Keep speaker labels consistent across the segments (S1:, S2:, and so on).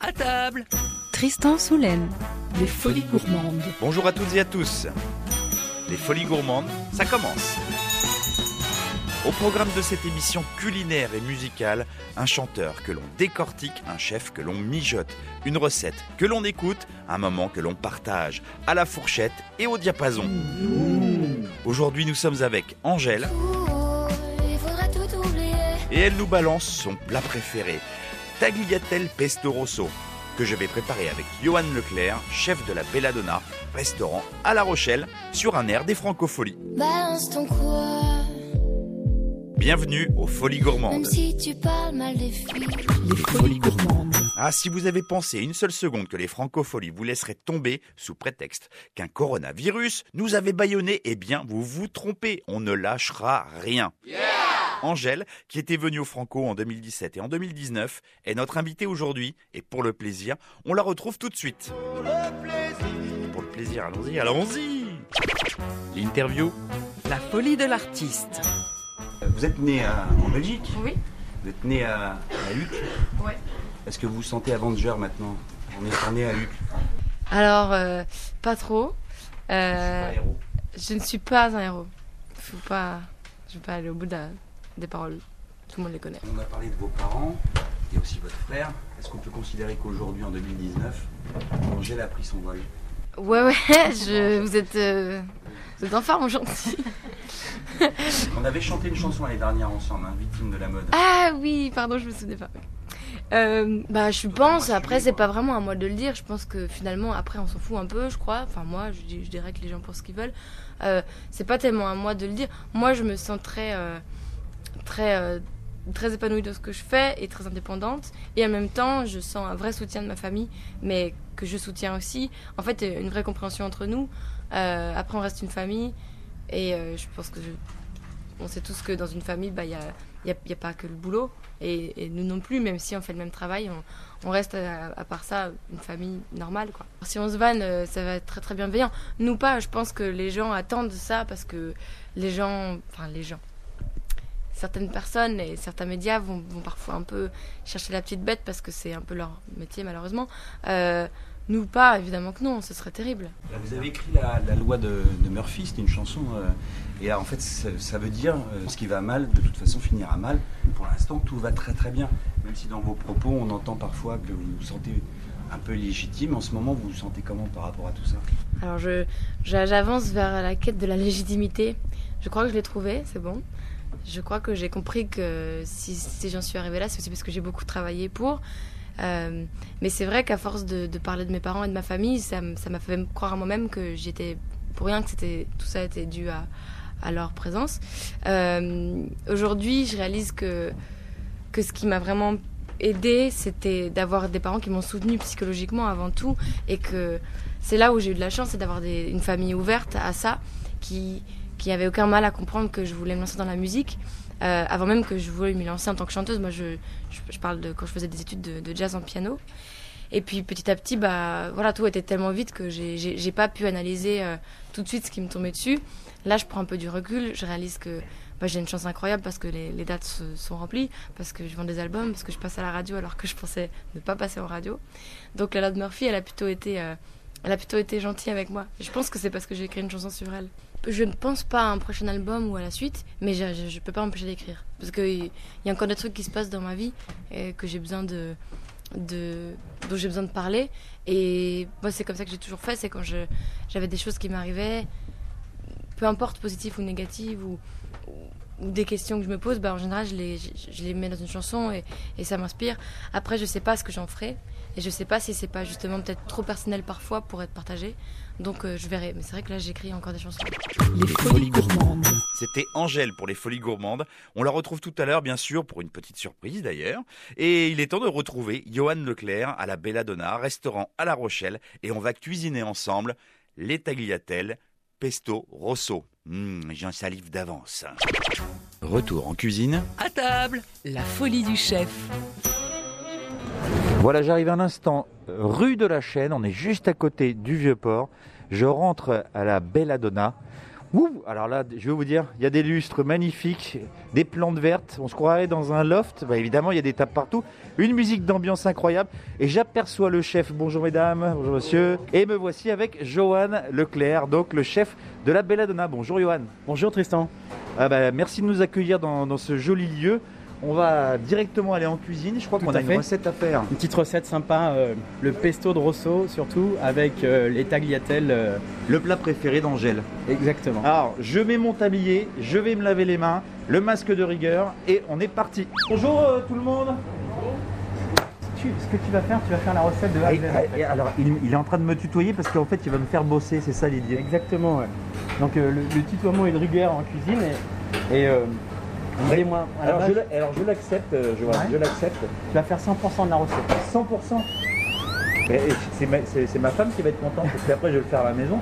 S1: à table.
S2: Tristan Soulaine.
S3: Les folies gourmandes.
S4: Bonjour à toutes et à tous. Les folies gourmandes, ça commence. Au programme de cette émission culinaire et musicale, un chanteur que l'on décortique, un chef que l'on mijote, une recette que l'on écoute, un moment que l'on partage, à la fourchette et au diapason. Aujourd'hui, nous sommes avec Angèle
S5: Oh, il faudra tout oublier.
S4: et elle nous balance son plat préféré, tagliatelle pesto rosso, que je vais préparer avec Johan Leclerc, chef de la Belladonna, restaurant à La Rochelle, sur un air des francopholies.
S5: Balance ton quoi,
S4: Bienvenue aux Folies
S5: même
S4: Gourmandes.
S5: si tu parles mal des filles.
S3: Les folies gourmandes.
S4: Ah, si vous avez pensé une seule seconde que les francopholies vous laisseraient tomber sous prétexte qu'un coronavirus nous avait bâillonné, eh bien, vous vous trompez, on ne lâchera rien. Angèle, qui était venue au Franco en 2017 et en 2019, est notre invitée aujourd'hui, et pour le plaisir, on la retrouve tout de suite. Pour le plaisir, allons-y, allons-y L'interview
S1: La folie de l'artiste.
S6: Vous êtes né à- en Belgique
S7: Oui.
S6: Vous êtes né à, à Luc
S7: Ouais.
S6: Est-ce que vous vous sentez Avenger maintenant On est né à Luc.
S7: Alors, euh, pas trop.
S6: C'est
S7: Euh,
S6: pas un héros.
S7: je ne suis pas un héros. Faut pas... Je ne vais pas aller au bout de la- des paroles. Tout le monde les connaît.
S6: On a parlé de vos parents, il y a aussi votre frère. Est-ce qu'on peut considérer qu'aujourd'hui, en 2019, Angèle a pris son vol
S7: Ouais, ouais, je, vous, êtes, euh, vous êtes en forme aujourd'hui.
S6: On avait chanté une chanson l'année dernière ensemble, hein, Victime de la mode.
S7: Ah oui, pardon, je me souvenais pas. Euh, bah, je pense, après, c'est pas vraiment à moi de le dire. Je pense que finalement, après, on s'en fout un peu, je crois. Enfin, moi, je, dis- je dirais que les gens pensent ce qu'ils veulent. Euh, c'est pas tellement à moi de le dire. Moi, je me sens très, euh, très, euh, très épanouie dans ce que je fais et très indépendante. Et en même temps, je sens un vrai soutien de ma famille, mais que je soutiens aussi. En fait, une vraie compréhension entre nous. Euh, après, on reste une famille. Et euh, je pense que je- on sait tous que dans une famille, bah, il y a il n'y a, y a pas que le boulot. Et, et nous non plus, même si on fait le même travail, on, on reste, euh, à, à part ça, une famille normale. Quoi. Si on se vanne, euh, ça va être très très bienveillant. Nous pas, je pense que les gens attendent ça parce que les gens, enfin les gens, certaines personnes et certains médias vont, vont parfois un peu chercher la petite bête parce que c'est un peu leur métier malheureusement. Euh, nous pas, évidemment que non, ce serait terrible.
S6: Là, Vous avez écrit la, la loi de, de Murphy, c'était une chanson. euh, et là, en fait, ça, ça veut dire euh, ce qui va mal, de toute façon, finira mal. Pour l'instant, tout va très très bien. Même si dans vos propos, on entend parfois que vous vous sentez un peu légitime. En ce moment, vous vous sentez comment par rapport à tout ça
S7: Alors je, je- j'avance vers la quête de la légitimité. Je crois que je l'ai trouvée, c'est bon. Je crois que j'ai compris que si, si j'en suis arrivée là, c'est aussi parce que j'ai beaucoup travaillé pour. Euh, mais c'est vrai qu'à force de, de parler de mes parents et de ma famille, ça m- ça m'a fait me croire à moi-même que j'étais pour rien, que c'était, tout ça était dû à, à leur présence. Euh, aujourd'hui, je réalise que, que ce qui m'a vraiment aidée, c'était d'avoir des parents qui m'ont soutenue psychologiquement avant tout et que c'est là où j'ai eu de la chance, c'est d'avoir des- une famille ouverte à ça, qui qui avait aucun mal à comprendre que je voulais me lancer dans la musique, euh, avant même que je voulais me lancer en tant que chanteuse. Moi, je, je, je parle de quand je faisais des études de, de jazz en piano. Et puis petit à petit, bah voilà, tout était tellement vite que j'ai- j'ai j'ai pas pu analyser euh, tout de suite ce qui me tombait dessus. Là, je prends un peu du recul, je réalise que bah, j'ai une chance incroyable parce que les, les dates se- sont remplies, parce que je vends des albums, parce que je passe à la radio alors que je pensais ne pas passer en radio. Donc la loi de Murphy, elle a plutôt été euh, elle a plutôt été gentille avec moi. Je pense que c'est parce que j'ai écrit une chanson sur elle. Je ne pense pas à un prochain album ou à la suite, mais je, je, je peux pas m'empêcher d'écrire. Parce qu'il y a encore des trucs qui se passent dans ma vie et que j'ai besoin de, de. dont j'ai besoin de parler. Et moi, c'est comme ça que j'ai toujours fait. C'est quand je- j'avais des choses qui m'arrivaient, peu importe positives ou négatives, ou, ou- ou des questions que je me pose, bah, en général, je les, je, je les mets dans une chanson et, et ça m'inspire. Après, je sais pas ce que j'en ferai. Et je sais pas si c'est pas justement peut-être trop personnel parfois pour être partagé. Donc euh, je verrai. Mais c'est vrai que là j'écris encore des chansons.
S3: Les folies gourmandes.
S4: C'était Angèle pour les Folies Gourmandes. On la retrouve tout à l'heure, bien sûr, pour une petite surprise d'ailleurs. Et il est temps de retrouver Johan Leclerc à la Belladonna, restaurant à La Rochelle. Et on va cuisiner ensemble les tagliatelles pesto rosso. Hum, J'en salive d'avance. Retour en cuisine.
S1: À table.
S3: La folie du chef.
S8: Voilà, j'arrive à l'instant rue de la Chaîne, on est juste à côté du Vieux-Port. Je rentre à la Belladonna.
S6: Ouh, alors là, je vais vous dire, il y a des lustres magnifiques, des plantes vertes, on se croirait dans un loft. Bah, évidemment, il y a des tables partout, une musique d'ambiance incroyable. Et j'aperçois le chef. Bonjour mesdames, bonjour monsieur. Et me voici avec Johan Leclerc, donc le chef de la Belladonna. Bonjour Johan.
S2: Bonjour Tristan.
S6: Ah bah, merci de nous accueillir dans, dans ce joli lieu. On va directement aller en cuisine. Je crois
S2: Tout
S6: qu'on
S2: à
S6: a une
S2: fait.
S6: recette à faire.
S2: Une petite recette sympa, euh, le pesto de Rosso surtout, avec euh, les tagliatelles. euh,
S6: Le plat préféré d'Angèle.
S2: exactement.
S6: Alors, je mets mon tablier, je vais me laver les mains, le masque de rigueur, et on est parti.
S2: Bonjour euh, tout le monde. Tu- ce que tu vas faire, tu vas faire la recette de A à
S6: Et-
S2: Z, en fait.
S6: et alors, il, il est en train de me tutoyer parce qu'en fait, il va me faire bosser, c'est ça l'idée.
S2: Exactement, ouais. Donc euh, le, le tutoiement est une rigueur en cuisine et, et, euh, moi à la base,
S6: je l'accepte, euh, je,
S2: Johan, je
S6: l'accepte.
S2: tu vas faire 100% de la recette.
S6: 100%. C'est ma, c'est- c'est ma femme qui va être contente parce qu'après je vais le faire à la maison.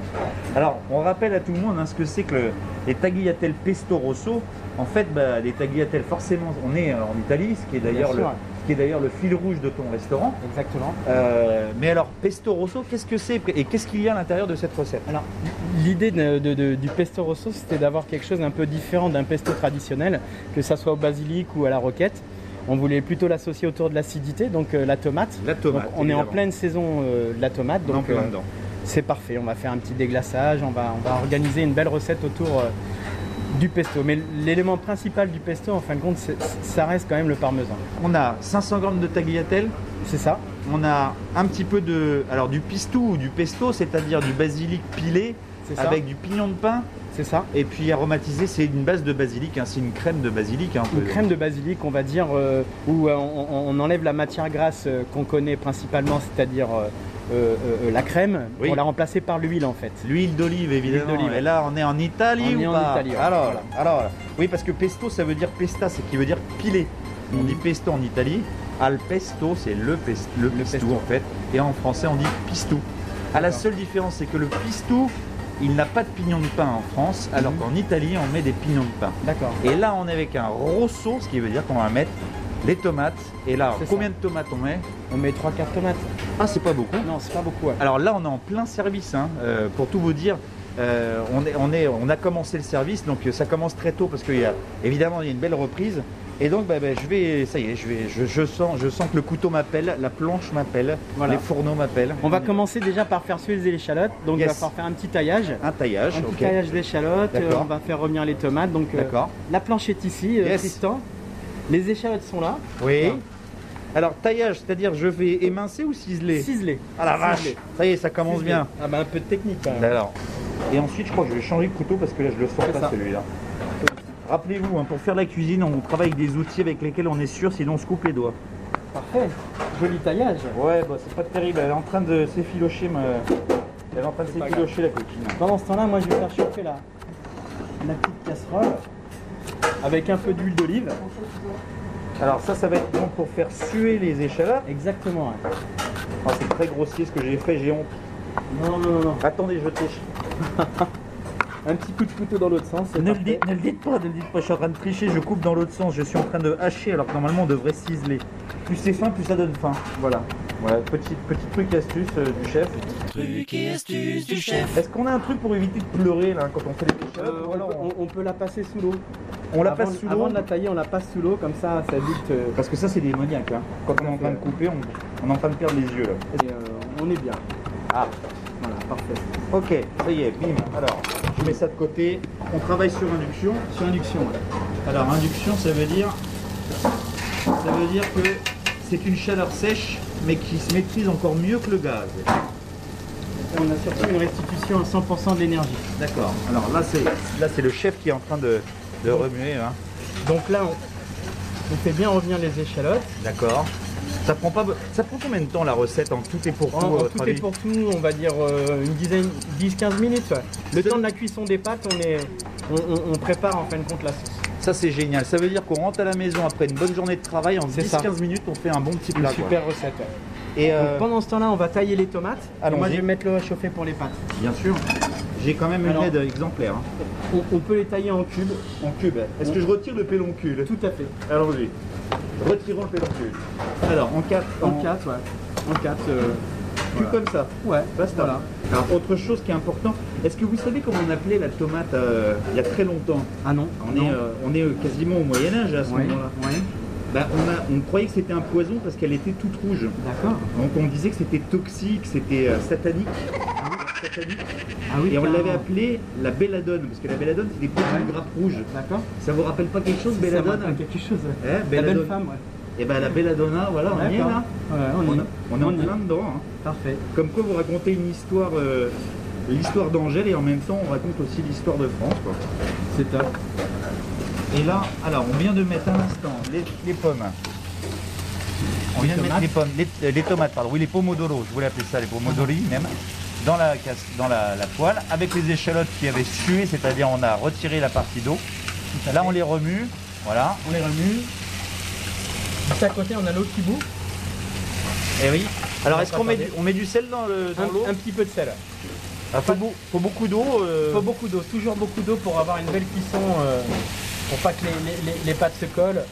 S6: Alors on rappelle à tout le monde hein, ce que c'est que le- les tagliatelles pesto rosso. En fait, bah, les tagliatelles, forcément, on est euh, en Italie, ce qui est d'ailleurs
S2: Bien
S6: le,
S2: sûr,
S6: ce qui est d'ailleurs le fil rouge de ton restaurant.
S2: Exactement.
S6: Euh, mais alors pesto rosso, qu'est-ce que c'est et qu'est-ce qu'il y a à l'intérieur de cette recette
S2: Alors, l'idée de- de- de- du pesto rosso, c'était d'avoir quelque chose d'un peu différent d'un pesto traditionnel, que ça soit au basilic ou à la roquette. On voulait plutôt l'associer autour de l'acidité, donc euh, la tomate.
S6: La tomate.
S2: Donc, on est en pleine saison euh, de la tomate,
S6: donc,
S2: donc euh, c'est parfait. On va faire un petit déglaçage, on va, on va organiser une belle recette autour euh, du pesto. Mais l'élément principal du pesto, en fin de compte, c'est- ça reste quand même le parmesan.
S6: On a 500 grammes de tagliatelle.
S2: C'est ça
S6: On a un petit peu de, alors du pistou ou du pesto, c'est-à-dire du basilic pilé
S2: C'est ça
S6: avec du pignon de pain.
S2: C'est ça
S6: Et puis aromatisé, c'est une base de basilic, hein, c'est une crème de basilic. hein, on
S2: Une
S6: peut-
S2: crème de basilic, on va dire, euh, où euh, on, on- on enlève la matière grasse euh, qu'on connaît principalement, c'est-à-dire euh, euh, euh, la crème,
S6: Oui.
S2: pour la remplacer par l'huile en fait.
S6: L'huile d'olive, évidemment.
S2: L'huile d'olive.
S6: Et là, on est en Italie
S2: On
S6: ou
S2: est en
S6: pas
S2: Italie, ouais.
S6: Alors,
S2: Voilà.
S6: alors, oui, parce que pesto, ça veut dire pesta, c'est qui veut dire pilé. On
S2: Mhm.
S6: dit pesto en Italie. Al pesto, c'est le, pes- le, pistou,
S2: pesto.
S6: en fait. Et en français, on dit pistou. À la
S2: D'accord.
S6: seule différence, c'est que le pistou, il n'a pas de pignon de pain en France, alors
S2: Mhm.
S6: qu'en Italie, on met des pignons de pain.
S2: D'accord.
S6: Et là, on est avec un rosso, ce qui veut dire qu'on va mettre les tomates. Et là,
S2: C'est ça.
S6: combien de tomates on met
S2: On met 3 quarts de tomate.
S6: Ah, c'est pas beaucoup.
S2: Non, c'est pas beaucoup. ouais.
S6: Alors là, on est en plein service. hein. Euh, pour tout vous dire, euh, on, est, on, est, on a commencé le service, donc euh, ça commence très tôt parce qu'il y a évidemment il y a une belle reprise. Et donc, bah, bah, je vais, ça y est, je vais, je, je sens, je sens que le couteau m'appelle, la planche m'appelle,
S2: Voilà.
S6: les fourneaux m'appellent.
S2: On va
S6: y va.
S2: commencer déjà par faire suer l'échalote, donc il
S6: Yes.
S2: va falloir faire un petit taillage.
S6: Un taillage,
S2: Un petit
S6: ok.
S2: taillage d'échalote, euh,
S6: D'accord.
S2: on va faire revenir les tomates. Donc euh,
S6: D'accord.
S2: la planche est ici, euh,
S6: Yes.
S2: Tristan. Les échalotes sont là,
S6: Oui.
S2: Voilà.
S6: Alors taillage, c'est-à-dire je vais émincer ou ciseler
S2: ciselées.
S6: Ah la vache
S2: Ciselées.
S6: Ça y est, ça commence bien.
S2: Ah bah un peu de technique quand même.
S6: Alors. Et ensuite, je crois que je vais changer de couteau parce que là, je le sens
S2: C'est
S6: pas
S2: ça.
S6: celui-là. Rappelez-vous, hein, pour faire la cuisine, on travaille avec des outils avec lesquels on est sûr, sinon on se coupe les doigts.
S2: Parfait, joli taillage.
S6: Ouais, bah c'est pas terrible, elle est en train de s'effilocher, ma... elle est en train de
S2: pas
S6: s'effilocher la coquine.
S2: Pendant ce temps-là, moi je vais faire chauffer la, la petite casserole avec un peu d'huile d'olive.
S6: Alors ça, ça va être bon pour faire suer les échalotes.
S2: Exactement. ouais.
S6: Oh, c'est très grossier ce que j'ai fait, j'ai honte.
S2: Non, non, non, non.
S6: Attendez, je triche.
S2: Un petit coup de couteau dans l'autre sens. c'est
S6: Ne le,
S2: parfait.
S6: dites, ne le dites pas, ne le dites pas, je suis en train de tricher, je coupe dans l'autre sens, je suis en train de hacher alors que normalement on devrait ciseler. Plus c'est fin, plus ça donne faim. Voilà. Voilà, petit, petit truc et astuce euh, du chef.
S9: Truc et astuce du chef.
S6: Est-ce qu'on a un truc pour éviter de pleurer là quand on fait les échalotes
S2: Euh,
S6: Ou alors
S2: on,
S6: on,
S2: on peut la passer sous l'eau.
S6: on la
S2: Avant-
S6: passe sous l'eau
S2: Avant de la tailler, on la passe sous l'eau, comme ça, ça évite. euh,
S6: Parce que ça c'est démoniaque. Hein. Quand on est en train de couper, on, on est en train de perdre les yeux là.
S2: et, euh, on est bien.
S6: Ah,
S2: Voilà, parfait.
S6: ok, ça y est, bim. Alors, je mets ça de côté. On travaille sur induction.
S2: Sur induction, ouais.
S6: Alors induction, ça veut dire, ça veut dire que c'est une chaleur sèche, mais qui se maîtrise encore mieux que le gaz.
S2: Là, on a surtout une restitution à 100% de l'énergie.
S6: D'accord. Alors là, c'est là c'est le chef qui est en train de, de remuer. hein.
S2: Donc là, on, on fait bien revenir les échalotes.
S6: D'accord. Ça prend pas, ça prend combien de temps la recette en tout et pour tout
S2: En, en
S6: à votre
S2: tout et
S6: avis
S2: pour tout, on va dire euh, une dizaine, 10-15 minutes. ouais. Le
S6: C'est-
S2: temps de la cuisson des pâtes, on, est, on, on- on prépare en fin de compte la sauce.
S6: Ça c'est génial. Ça veut dire qu'on rentre à la maison après une bonne journée de travail en
S2: C'est ça.
S6: 10-15 minutes, on fait un bon petit
S2: Une
S6: plat. quoi.
S2: super recette. ouais.
S6: Et
S2: Donc,
S6: euh,
S2: pendant ce temps-là, on va tailler les tomates. Et
S6: Allons-y.
S2: moi, je vais mettre l'eau à chauffer pour les pâtes.
S6: bien sûr, j'ai quand même une
S2: Alors-
S6: aide exemplaire. hein.
S2: On, on peut les tailler en cubes. En cubes.
S6: Est-ce que je retire le pédoncule
S2: Tout à fait.
S6: Allons-y. Retirons le pédoncule. Alors en 4,
S2: En quatre, ouais. En quatre. euh,
S6: plus comme ça.
S2: Ouais.
S6: Basta.
S2: Voilà.
S9: Alors, autre chose qui est important, est-ce que vous savez comment on appelait la tomate euh, il y a très longtemps
S2: Ah non
S9: on est,
S2: non.
S9: euh, on est euh, quasiment au Moyen Âge à ce
S2: Ouais,
S9: moment-là.
S2: ouais,
S9: Bah, on, a- on croyait que c'était un poison parce qu'elle était toute rouge.
S2: d'accord.
S9: Donc on disait que c'était toxique, c'était euh, satanique. Satanique.
S2: Ah oui,
S9: Et on
S2: carrément.
S9: l'avait appelée la belladone, parce que la belladone c'est des petites
S2: Ouais.
S9: grappes rouges.
S2: D'accord.
S9: Ça vous rappelle pas quelque chose,
S2: Ça me
S9: belladone
S2: rappelle quelque chose. ouais.
S9: Hein,
S2: La
S9: belladone.
S2: belle femme, ouais.
S9: Eh ben la belladonna, voilà, on y est
S2: D'accord.
S9: là.
S2: Ouais, on,
S9: On,
S2: y
S9: a-
S2: est.
S9: on est
S2: y
S9: en plein dedans. hein.
S2: Parfait.
S9: Comme quoi vous racontez une histoire, euh, l'histoire d'Angèle et en même temps on raconte aussi l'histoire de France. quoi.
S2: C'est top.
S9: Et là, alors on vient de mettre à l'instant les, les pommes. On vient de mettre
S2: tomates.
S9: les pommes, les, euh, les tomates, pardon, oui, les pomodoro, je voulais appeler ça les pomodori même, dans la, casse- dans la, la poêle, avec les échalotes qui avaient sué, c'est-à-dire on a retiré la partie d'eau. Là, on les remue, voilà.
S2: On les remue. Juste à côté, on a l'eau qui bout.
S9: Et Eh oui. Alors, est-ce
S2: va
S9: qu'on met, du-
S2: s'attarder.
S9: on met du sel dans le- dans l'eau
S2: Un, un petit peu de sel.
S9: Ah, faut, beau- faut beaucoup d'eau. euh,
S2: Faut beaucoup d'eau, toujours beaucoup d'eau pour avoir une belle cuisson, euh, pour pas que les, les- les- les pâtes se collent.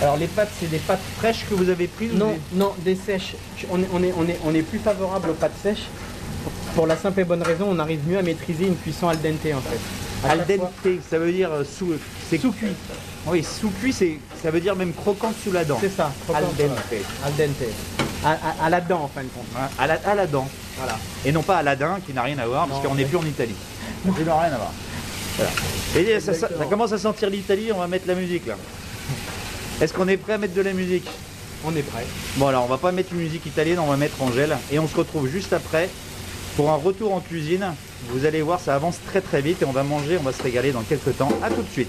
S2: Alors les pâtes, c'est des pâtes
S9: fraîche que vous avez prise ou
S2: Non,
S9: des-
S2: non, des sèches. On est, on est- on est- on est plus favorable aux pâtes sèches. Pour la simple et bonne raison, on arrive mieux à maîtriser une cuisson al dente en fait. À
S9: Al
S2: chaque fois-
S9: dente, ça veut dire euh, sous, c'est cuit. Oui, sous cuit, c'est, ça veut dire même croquant sous la dent.
S2: C'est ça,
S9: Al
S2: croquant,
S9: dente.
S2: voilà. Al dente. À, à- à la dent en fin de compte.
S9: Hein, à, la, à la dent.
S2: Voilà.
S9: Et non pas à la dent qui n'a rien à voir parce
S2: Non,
S9: qu'on n'est
S2: ouais.
S9: plus en Italie. Ça n'a rien à voir. Voilà. Et ça, ça- ça
S2: Exactement.
S9: commence à sentir l'Italie, on va mettre la musique là. Est-ce qu'on est prêt à mettre de la musique
S2: On est prêt.
S9: Bon alors on va pas mettre une musique italienne, on va mettre Angèle et on se retrouve juste après pour un retour en cuisine. Vous allez voir, ça avance très très vite et on va manger, on va se régaler dans quelques temps. À tout de suite.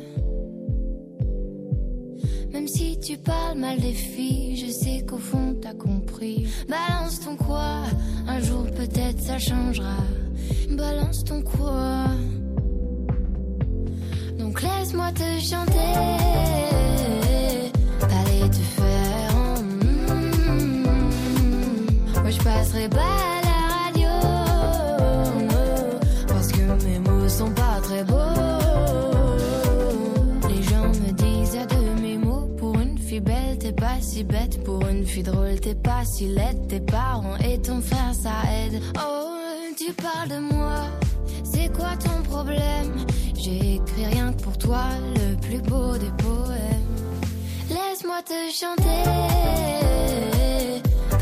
S5: Même si tu parles mal des filles, je sais qu'au fond t'as compris. Balance ton quoi Un jour peut-être ça changera. Balance ton quoi Donc laisse-moi te chanter. Allez te faire en mm. Moi je passerai pas à la radio. Parce que mes mots sont pas très beaux. Les gens me disent à demi mots pour une fille belle, t'es pas si bête. Pour une fille drôle, t'es pas si laide. Tes parents et ton frère, ça aide. Oh, tu parles de moi, c'est quoi ton problème? J'ai écrit rien que pour toi, le plus beau des poèmes. Laisse-moi te chanter,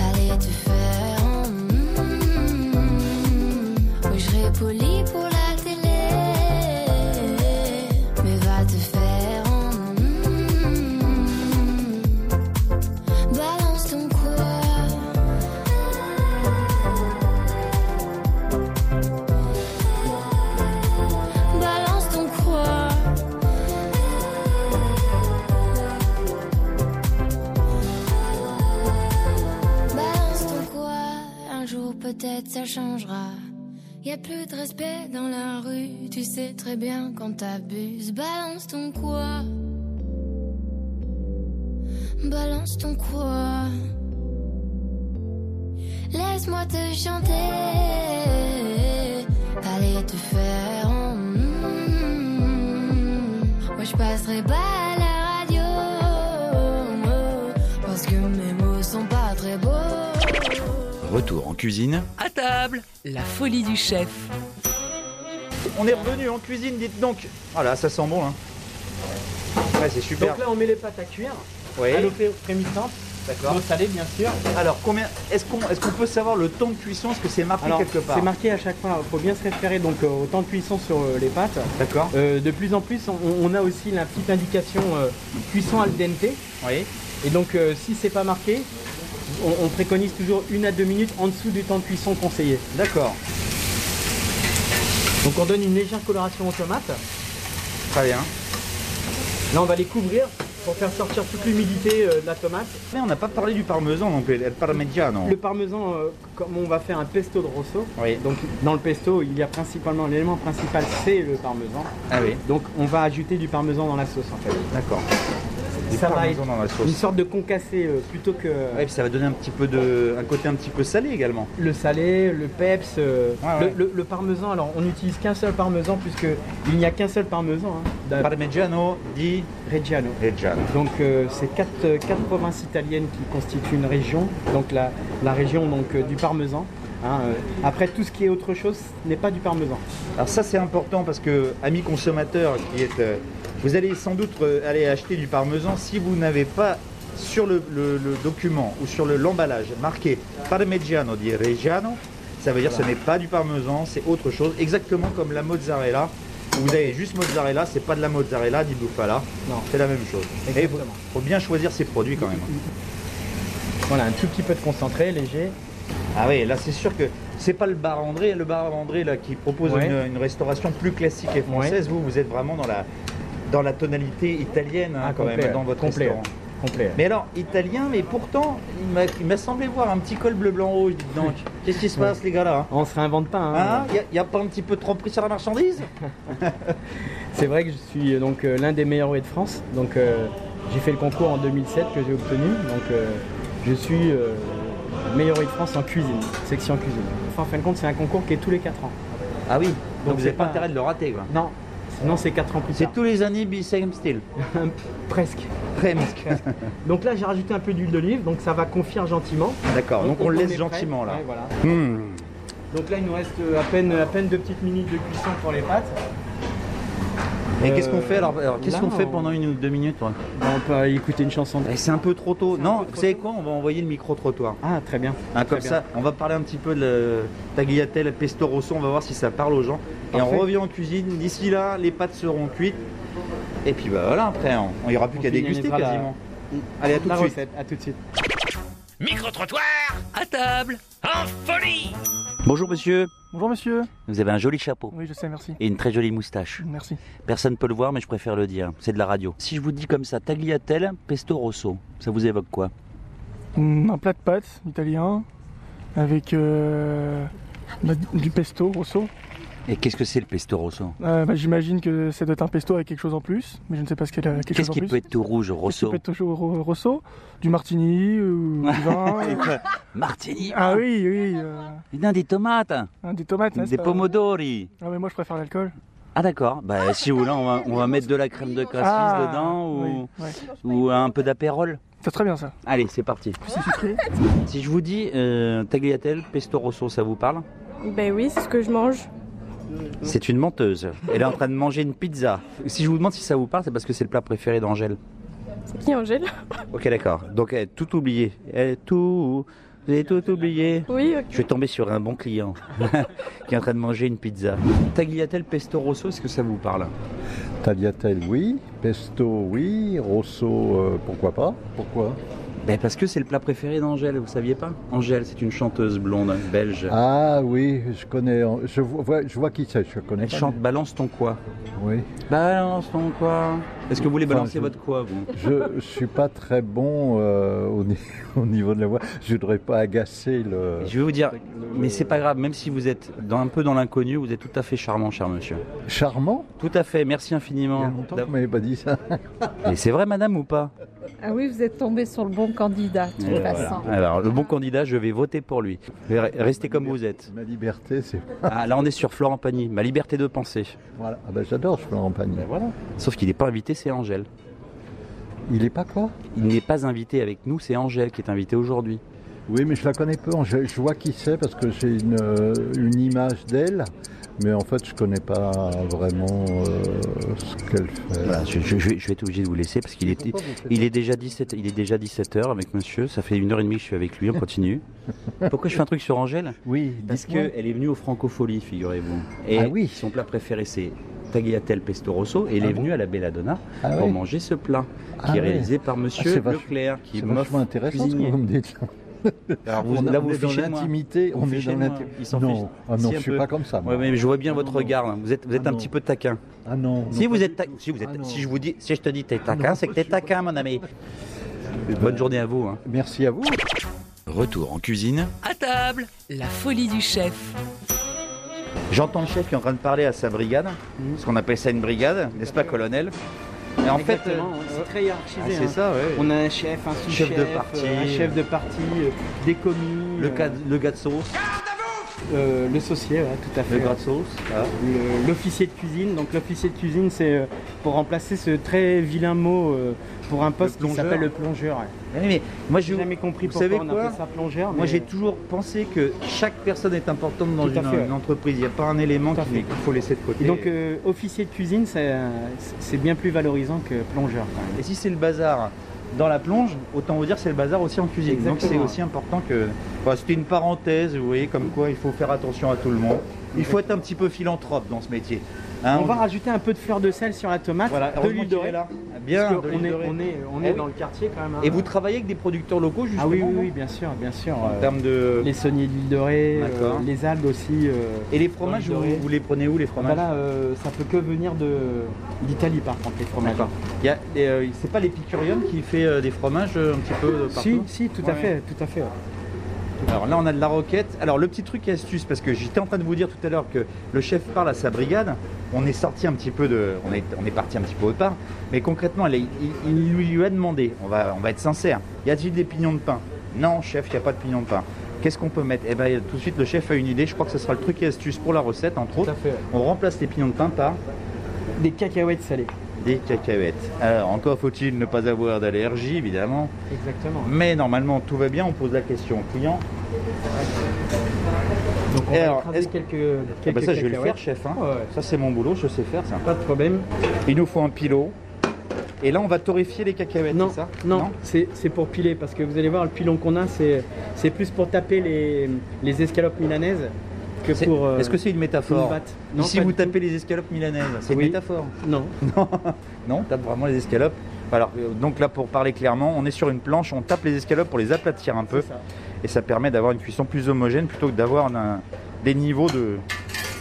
S5: allez te faire en mm. Oui, je serai poli pour la télé, mais va te faire en mm. Balance ton quoi Balance ton quoi Balance ton Bah, quoi Un jour peut-être ça changera y a plus de respect dans la rue, tu sais très bien quand t'abuses. Balance ton quoi Balance ton quoi Laisse-moi te chanter, allez te faire en mm. Moi je passerai pas à oh, la radio, parce que mes mots sont pas très beaux.
S10: Retour en cuisine.
S11: À table. La folie du chef.
S9: On est revenu en cuisine, dites donc. Voilà, ça sent bon. Hein. Ouais, c'est super.
S2: Donc là, on met les pâtes à cuire.
S9: Ouais,
S2: À l'eau pré- frémissante.
S9: d'accord.
S2: L'eau salée, bien sûr.
S9: Alors combien Est-ce qu'on est-ce qu'on peut savoir le temps de cuisson Est-ce que c'est marqué
S2: Alors,
S9: quelque part
S2: c'est marqué à chaque fois. hein. Faut bien se référer donc euh, au temps de cuisson sur euh, les pâtes.
S9: D'accord.
S2: Euh, de plus en plus, on, on a aussi la petite indication euh, cuisson al dente.
S9: Oui.
S2: Et donc, euh, si c'est pas marqué, on, on préconise toujours une à deux minutes en dessous du temps de cuisson conseillé.
S9: D'accord.
S2: Donc, on donne une légère coloration aux tomates.
S9: Très bien.
S2: Là, on va les couvrir pour faire sortir toute l'humidité euh, de la tomate.
S9: Mais on n'a pas parlé du parmesan non plus, le parmigiano.
S2: Le parmesan, euh, comme on va faire un pesto de rosso,
S9: Oui.
S2: donc dans le pesto, il y a principalement l'élément principal, c'est le parmesan.
S9: Ah oui.
S2: Donc, on va ajouter du parmesan dans la sauce en fait.
S9: D'accord.
S8: Des
S2: ça va être
S8: parmesans dans la
S2: une
S8: sauce.
S2: sorte de concassé euh, plutôt que
S4: Ouais, puis ça va donner un petit peu de, un côté un petit peu salé également.
S2: le salé, le peps, euh,
S4: Ouais, ouais.
S2: Le, le- le parmesan. Alors on n'utilise qu'un seul parmesan puisque il n'y a qu'un seul parmesan hein, d'un
S4: Parmigiano di
S2: Reggiano.
S8: Reggiano.
S2: Donc euh, c'est quatre, euh, quatre provinces italiennes qui constituent une région, donc la, la région donc, euh, du parmesan. hein, euh. Après tout ce qui est autre chose n'est pas du parmesan.
S4: Alors ça c'est important parce que amis consommateurs qui êtes, euh, vous allez sans doute euh, aller acheter du parmesan si vous n'avez pas
S8: Sur le, le- le document ou sur le- l'emballage marqué Parmigiano di Reggiano, ça veut dire ce n'est pas du parmesan, c'est autre chose, exactement comme la mozzarella. où Vous avez juste mozzarella, c'est pas de la mozzarella di bufala,
S2: Non.
S8: c'est la même chose. Et faut,
S2: Exactement.
S8: faut bien choisir ses produits quand même.
S2: Voilà, un tout petit peu de concentré, léger.
S8: Ah oui, là c'est sûr que c'est pas le bar André, le bar André là qui propose
S2: Ouais.
S8: une, une restauration plus classique et française. Vous, vous êtes vraiment dans la dans la tonalité italienne hein,
S2: Ah,
S8: quand
S2: complet,
S8: même dans votre
S2: complet.
S8: restaurant.
S2: Complet.
S8: Mais alors italien, mais pourtant il m'a- il m'a semblé voir un petit col bleu blanc rouge. Dites donc, qu'est-ce qui se passe les gars là
S2: On se réinvente pas. hein.
S8: Il n'y a, pas un petit peu de tromperie sur la marchandise
S2: C'est vrai que je suis euh, donc euh, l'un des meilleurs roués de France. Donc euh, j'ai fait le concours en 2007 que j'ai obtenu. Donc euh, je suis euh, meilleur roué de France en cuisine, section cuisine. Enfin, en fin de compte, c'est un concours qui est tous les 4 ans.
S8: Ah oui, donc,
S2: Donc,
S8: vous
S2: c'est
S8: n'avez pas
S2: pas-
S8: intérêt de le rater quoi.
S2: Non, sinon c'est 4 ans plus
S8: C'est
S2: tard.
S8: tous les années be same style.
S2: Presque.
S8: Presque.
S2: Donc là, j'ai rajouté un peu d'huile d'olive, donc ça va confire gentiment.
S8: D'accord, Ah, donc on le
S2: est
S8: laisse
S2: prêt.
S8: gentiment là.
S2: Ouais, voilà.
S8: Hmm.
S2: Donc là, il nous reste euh, à peine, à peine deux petites minutes de cuisson pour les pâtes.
S8: Et
S2: Euh,
S8: qu'est-ce qu'on fait alors, alors, Qu'est-ce
S2: là,
S8: qu'on fait
S2: on-
S8: pendant une ou deux minutes ouais
S2: Bah, on peut écouter une chanson.
S8: Eh, C'est un peu trop tôt.
S2: C'est un
S8: Non,
S2: peu trop
S8: vous savez
S2: tôt.
S8: quoi On va envoyer le micro-trottoir.
S2: Ah, très bien.
S8: Hein, comme
S2: Très
S8: ça, on va parler un petit peu de le tagliatelle, pesto rosso, on va voir si ça parle aux gens. Et on
S2: Parfait.
S8: revient en cuisine. D'ici là, les pâtes seront cuites. Et puis bah, voilà, après, on il n'y aura plus
S2: On
S8: qu'à déguster
S2: finalisera la-
S8: quasiment. Allez, à tout de
S2: La
S8: suite.
S2: recette, à tout de suite.
S3: à table,
S8: Bonjour monsieur,
S12: Bonjour monsieur.
S8: vous avez un joli chapeau.
S12: Oui, je sais, merci.
S8: Et une très jolie moustache.
S12: Merci.
S8: Personne ne peut le voir, mais je préfère le dire. C'est de la radio. Si je vous dis comme ça, tagliatelle, pesto rosso, ça vous évoque quoi
S12: Mm, Un plat de pâtes italien avec euh, bah, du pesto rosso.
S8: Et qu'est-ce que c'est le pesto rosso
S12: Euh, bah, J'imagine que ça doit être un pesto avec quelque chose en plus, mais je ne sais pas ce qu'il y a quelque chose
S8: Qu'est-ce
S12: en
S8: qui
S12: plus.
S8: peut être tout rouge,
S12: Qu'est-ce qui
S8: rosso
S12: peut être toujours ro- rosso Du martini ou du vin euh.
S8: Martini
S12: Ah oui, oui. euh,
S8: Non, des tomates
S12: hein, des tomates, n'est-ce
S8: Des
S12: pas
S8: pomodori
S12: Ah, mais moi je préfère l'alcool.
S8: Ah d'accord, bah, si vous voulez on va, on va mettre de la crème de cassis
S12: ah,
S8: dedans ou,
S12: oui, ouais.
S8: ou un peu d'apérole.
S12: C'est très bien ça.
S8: Allez c'est parti.
S12: C'est sucré.
S2: Ben
S8: Si je vous dis euh, tagliatelle, pesto rosso, ça vous parle
S13: Ben oui, c'est ce que je mange.
S8: C'est une menteuse, elle est en train de manger une pizza. Si je vous demande si ça vous parle c'est parce que c'est le plat préféré d'Angèle.
S13: C'est qui Angèle
S8: Ok d'accord, donc elle a tout oublié, elle a tout, vous avez tout oublié.
S13: Oui, ok.
S8: Je vais tomber sur un bon client qui est en train de manger une pizza. Tagliatelle, pesto rosso, est-ce que ça vous parle
S9: Tagliatelle, oui. Pesto, oui. Rosso, euh, pourquoi pas Pourquoi
S8: ben Parce que c'est le plat préféré d'Angèle, vous saviez pas Angèle c'est une chanteuse blonde belge.
S9: Ah oui, je connais. Je vois, je vois qui c'est, je connais.
S8: Elle
S9: pas.
S8: chante Balance ton quoi
S9: Oui.
S8: Balance ton quoi Est-ce que vous voulez
S9: Enfin,
S8: balancer
S9: je-
S8: votre quoi, vous
S9: Je ne suis pas très bon euh, au, ni- au niveau de la voix. Je voudrais pas agacer le.
S8: Je vais vous dire, mais c'est pas grave, même si vous êtes dans, un peu dans l'inconnu, vous êtes tout à fait charmant, cher monsieur.
S9: Charmant
S8: Tout à fait, merci
S9: Il y a
S8: infiniment.
S9: longtemps que vous m'avez pas dit ça.
S8: Et c'est vrai, madame, ou pas
S14: Ah oui, vous êtes tombé sur le bon candidat, de toute
S8: Euh,
S14: façon.
S8: voilà. Alors, le bon candidat, je vais voter pour lui. Re- Restez comme vous êtes.
S9: Ma liberté, c'est.
S8: Ah, là, on est sur Florent Pagny, ma liberté de penser.
S9: Voilà. Ah ben, j'adore Florent Pagny.
S8: Sauf qu'il n'est pas invité, c'est Angèle.
S9: Il est pas quoi
S8: Il n'est pas invité avec nous, c'est Angèle qui est invitée aujourd'hui.
S9: Oui, mais je la connais peu. Je, je vois qui c'est parce que j'ai une, euh, une image d'elle. Mais en fait, je connais pas vraiment euh, ce qu'elle fait.
S8: Voilà, Bah, je, je- je vais- je vais être obligé de vous laisser parce qu'il est,
S9: Pourquoi vous faites
S8: Il est déjà 17, il est déjà 17h avec monsieur, ça fait une heure et demie que je suis avec lui, on continue. Pourquoi je fais un truc sur Angèle
S9: Oui,
S8: Parce
S9: dites-moi.
S8: qu'elle est venue au Francofolie, figurez-vous. Et
S9: Ah oui.
S8: son plat préféré c'est tagliatelle pesto rosso et elle
S9: Ah
S8: est
S9: bon
S8: venue à la Belladonna
S9: Ah
S8: pour
S9: oui.
S8: manger ce plat qui
S9: Ah
S8: est
S9: oui.
S8: réalisé par
S9: Ah,
S8: monsieur
S9: c'est vachement-
S8: Leclerc qui
S9: C'est
S8: est meuf
S9: vachement intéressant ce
S8: cuisinier.
S9: que vous me dites. là.
S8: Alors vous,
S9: On a-
S8: là vous
S9: on est dans
S8: fichez de moi.
S9: l'intimité,
S8: Vous
S9: on est
S8: fichez
S9: dans
S8: de moi.
S9: l'intimité.
S8: Il s'en fiche.
S9: Non, ah non
S8: Si,
S9: je
S8: un
S9: suis
S8: peu.
S9: pas comme ça. moi.
S8: Ouais, mais je vois bien
S9: Ah
S8: votre
S9: non.
S8: regard, là. vous êtes, vous êtes
S9: Ah
S8: un
S9: non.
S8: petit peu taquin.
S9: Ah non. non,
S8: Si
S9: pas
S8: vous
S9: du
S8: êtes, ta-
S9: tout.
S8: si vous êtes,
S9: Ah non. Ah,
S8: si je vous dis, si je te dis t'es taquin, c'est que t'es taquin, mon ami. Bonne journée à vous. hein.
S9: Merci à vous.
S4: Retour en cuisine.
S3: à table, la folie du chef.
S9: Mhm.
S8: J'entends le chef qui est en train de parler à sa brigade, ce qu'on appelle ça une brigade, n'est-ce pas, colonel Et en fait,
S2: Exactement,
S8: euh,
S2: c'est très hiérarchisé.
S8: ah, c'est
S2: hein.
S8: ça, ouais.
S2: On a un chef, un sous-chef,
S8: Chef de parti.
S2: euh, un chef de parti, euh, des commis,
S8: Le,
S2: euh,
S8: cas- le gars de sauce,
S2: euh, le saucier, ouais, tout à fait.
S8: le gras de sauce. ah.
S2: Le- L'officier de cuisine, donc l'officier de cuisine c'est euh, pour remplacer ce très vilain mot euh, pour un poste qui
S8: plongeur.
S2: s'appelle le plongeur. ouais.
S8: Ah oui, mais moi, je,
S2: jamais compris
S8: vous
S2: pourquoi
S8: savez
S2: on
S8: quoi
S2: appelait ça plongeur.
S8: Moi,
S2: mais-
S8: j'ai toujours pensé que chaque personne est importante dans
S2: Tout à
S8: une,
S2: fait, ouais.
S8: une entreprise. Il n'y a pas un élément qui- qu'il faut laisser de côté.
S2: Et donc euh, officier de cuisine c'est euh, c'est bien plus valorisant que plongeur. quand même.
S8: Et si c'est le bazar dans la plonge, autant vous dire que c'est le bazar aussi en cuisine.
S2: Exactement.
S8: Donc c'est aussi important que. Enfin, C'était une parenthèse, vous voyez, comme quoi il faut faire attention à tout le monde. Il faut être un petit peu philanthrope dans ce métier. Hein,
S2: on va rajouter un peu de fleur de sel sur la tomate,
S8: Voilà,
S2: de
S8: heureusement
S2: l'huile
S8: qu'il
S2: dorée.
S8: est là. Bien,
S2: parce
S8: de
S2: que
S8: l'huile
S2: on est,
S8: dorée.
S2: on est, on
S8: Eh
S2: est
S8: oui.
S2: dans le quartier quand même. hein.
S8: Et vous travaillez avec des producteurs locaux justement
S2: Ah oui, oui,
S8: non
S2: oui, bien sûr, bien sûr.
S8: En
S2: euh,
S8: termes de.
S2: Les sauniers d'huile dorée, euh,
S8: D'accord.
S2: les algues aussi. euh,
S8: Et les
S2: dans
S8: fromages,
S2: l'huile
S8: vous,
S2: dorée.
S8: vous les prenez où les
S2: Ah
S8: fromages
S2: bah là, euh, ça peut que venir de d'Italie par contre les fromages.
S8: D'accord. Il y a- et, euh, c'est pas l'épicurium qui fait euh, des fromages euh, un petit peu euh,
S2: Si,
S8: partout
S2: si, tout
S8: Ouais,
S2: à fait, tout à fait.
S8: Alors là, on a de la roquette. Alors le petit truc et astuce, parce que j'étais en train de vous dire tout à l'heure que le chef parle à sa brigade. On est sorti un petit peu de, on est, on est parti un petit peu au part. Mais concrètement, elle est- il, il lui, lui a demandé. On va, on va être sincère. Y a-t-il des pignons de pain Non, chef, il n'y a pas de pignons de pain. Qu'est-ce qu'on peut mettre Eh ben, tout de suite, le chef a une idée. Je crois que ce sera le truc et astuce pour la recette, entre autres.
S2: fait.
S8: On remplace les pignons de pain par
S2: Des cacahuètes salées.
S8: des cacahuètes. Alors, encore faut-il ne pas avoir d'allergie, évidemment.
S2: Exactement.
S8: Mais normalement, tout va bien. On pose la question au client.
S2: Donc on
S8: Et
S2: va
S8: alors,
S2: écraser
S8: est-ce-
S2: quelques,
S8: Ah
S2: quelques
S8: bah ça, je vais le
S2: cacahuètes.
S8: faire, chef. hein.
S2: Ouais, ouais.
S8: Ça, c'est mon boulot, je sais faire ça.
S2: Pas de problème.
S8: Il nous faut un pilot. Et là, on va torréfier les cacahuètes,
S2: Non,
S8: c'est ça
S2: non, c'est c'est pour piler parce que vous allez voir le pilon qu'on a, c'est c'est plus pour taper les, les escalopes milanaises que
S8: C'est-
S2: pour. euh,
S8: Est-ce que c'est une
S2: une
S8: métaphore
S2: batte. Non,
S8: Ici,
S2: pas
S8: vous
S2: du tout.
S8: tapez les escalopes milanaises. C'est
S2: Oui.
S8: une métaphore
S2: Non.
S8: Non, non, on tape vraiment les escalopes. Alors, euh, donc là, pour parler clairement, on est sur une planche, on tape les escalopes pour les aplatir un peu.
S2: C'est ça.
S8: Et ça permet d'avoir une cuisson plus homogène plutôt que d'avoir un- des niveaux de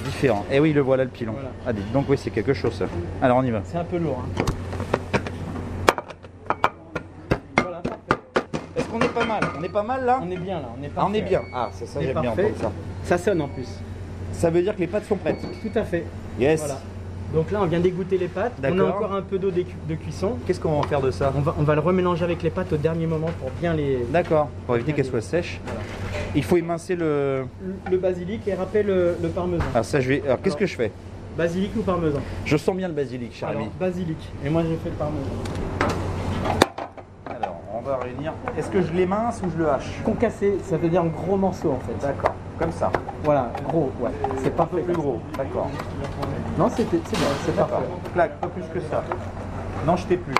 S8: différents. Et oui, le voilà le pilon.
S2: Voilà.
S8: Ah, dites donc oui, c'est quelque chose ça. Alors, on y va.
S2: C'est un peu lourd. hein. Voilà, parfait.
S8: Est-ce qu'on est pas mal On est pas mal là
S2: On est bien là, on est
S8: Ah,
S2: parfait.
S8: on est bien. Ah, c'est ça,
S2: On est
S8: j'aime bien
S2: parfait.
S8: entendre ça.
S2: Ça sonne en plus.
S8: Ça veut dire que les pâtes sont prêtes.
S2: Tout à fait.
S8: Yes.
S2: Voilà. Donc là, on vient dégoûter les pâtes. On a
S8: D'accord.
S2: encore un peu d'eau décu- de cuisson.
S8: Qu'est-ce qu'on va en faire de ça
S2: On va, on va le remélanger avec les pâtes au dernier moment pour bien les.
S8: D'accord. Pour éviter qu'elles soient sèches.
S2: Voilà.
S8: Il faut émincer le.
S2: Le basilic et rappelle le, le parmesan.
S8: Alors ça, je vais. Alors qu'est-ce que je fais
S2: Basilic ou parmesan
S8: Je sens bien le basilic, cher
S2: Alors,
S8: ami.
S2: basilic. Et moi, j'ai fait le parmesan.
S8: Alors, on va réunir. Est-ce que je l'émince ou je le hache
S2: Concassé, ça veut dire en gros morceaux en fait.
S8: D'accord. Comme ça.
S2: Voilà, gros, ouais. C'est
S8: Un
S2: parfait.
S8: peu plus gros. D'accord.
S2: Non, c'était- c'est bien, c'est
S8: D'accord.
S2: parfait.
S8: Clac, pas plus que ça. Non, je t'ai plus.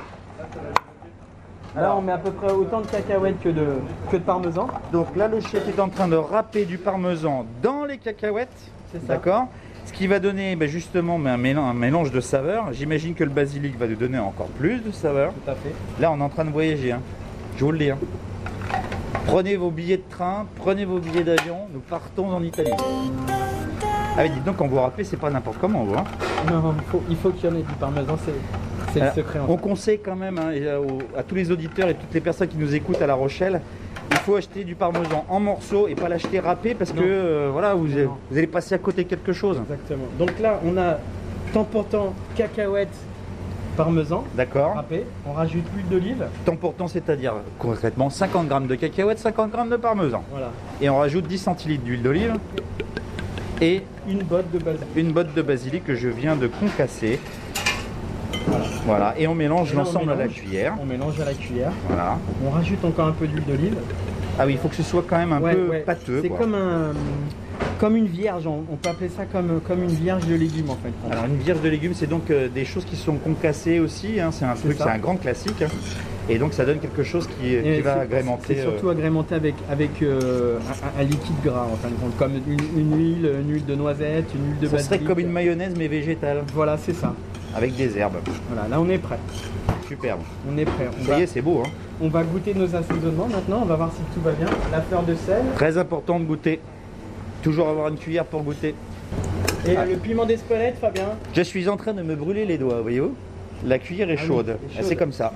S2: Là, on met à peu près autant de cacahuètes que de, que de parmesan.
S8: Donc là, le chef est en train de râper du parmesan dans les cacahuètes.
S2: C'est ça.
S8: D'accord Ce qui va donner ben, justement ben, un mélan- un mélange de saveurs. J'imagine que le basilic va nous donner encore plus de saveurs.
S2: Tout à fait.
S8: Là, on est en train de voyager. hein. Je vous le dis. hein. Prenez vos billets de train, prenez vos billets d'avion. Nous partons en Italie. Ah oui, dites donc, quand vous rappelez, c'est pas n'importe comment, vous. hein.
S2: Non, il faut, il faut qu'il y en ait du parmesan, c'est c'est le
S8: Alors,
S2: secret. en
S8: On
S2: fait.
S8: conseille quand même hein, et, euh, aux- à tous les auditeurs et toutes les personnes qui nous écoutent à La Rochelle, il faut acheter du parmesan en morceaux et pas l'acheter râpé parce
S2: Non.
S8: que euh, voilà, vous,
S2: Non, non.
S8: vous allez passer à côté de quelque chose.
S2: Exactement. Donc là, on a temps pour temps cacahuètes, parmesan
S8: D'accord
S2: râpé. On rajoute l'huile d'olive.
S8: T'emportant, c'est-à-dire concrètement 50 grammes de cacahuètes, 50 grammes de parmesan.
S2: Voilà.
S8: Et on rajoute 10 centilitres d'huile d'olive et
S2: Une botte de basilic.
S8: une botte de basilic que je viens de concasser. Voilà, et on mélange
S2: Et là, on
S8: l'ensemble à la
S2: mélange.
S8: cuillère.
S2: On mélange à la cuillère.
S8: Voilà.
S2: On rajoute encore un peu d'huile d'olive.
S8: Ah oui, il faut que ce soit quand même un
S2: Ouais,
S8: peu
S2: ouais.
S8: pâteux.
S2: C'est
S8: quoi.
S2: comme un. Comme une vierge, on on peut appeler ça comme, comme une vierge de légumes en fait.
S8: Alors une vierge de légumes, c'est donc euh, des choses qui sont concassées aussi. hein, c'est un truc,
S2: ça.
S8: c'est un grand classique. hein. Et donc ça donne quelque chose qui, euh, qui
S2: Et
S8: va
S2: c'est-
S8: agrémenter.
S2: C'est
S8: euh,
S2: surtout agrémenté avec, avec euh, un, un- un liquide gras en fin de compte, comme une, une huile, une huile de noisette, une huile de
S8: ça serait
S2: basilic.
S8: comme une mayonnaise mais végétale
S2: Voilà, c'est ça.
S8: avec des herbes.
S2: Voilà, là on est prêt.
S8: Superbe.
S2: On est prêt. On
S8: Ça
S2: va,
S8: y est, c'est beau. hein.
S2: on va goûter nos assaisonnements maintenant. On va voir si tout va bien. La fleur de sel
S8: Très important de goûter. Toujours avoir une cuillère pour goûter.
S2: et
S8: Ah.
S2: le piment d'Espelette, Fabien.
S8: Je suis en train de me brûler les doigts, voyez-vous. La cuillère est
S2: Ah oui,
S8: chaude.
S2: elle est
S8: Ah, C'est
S2: chaude.
S8: comme ça.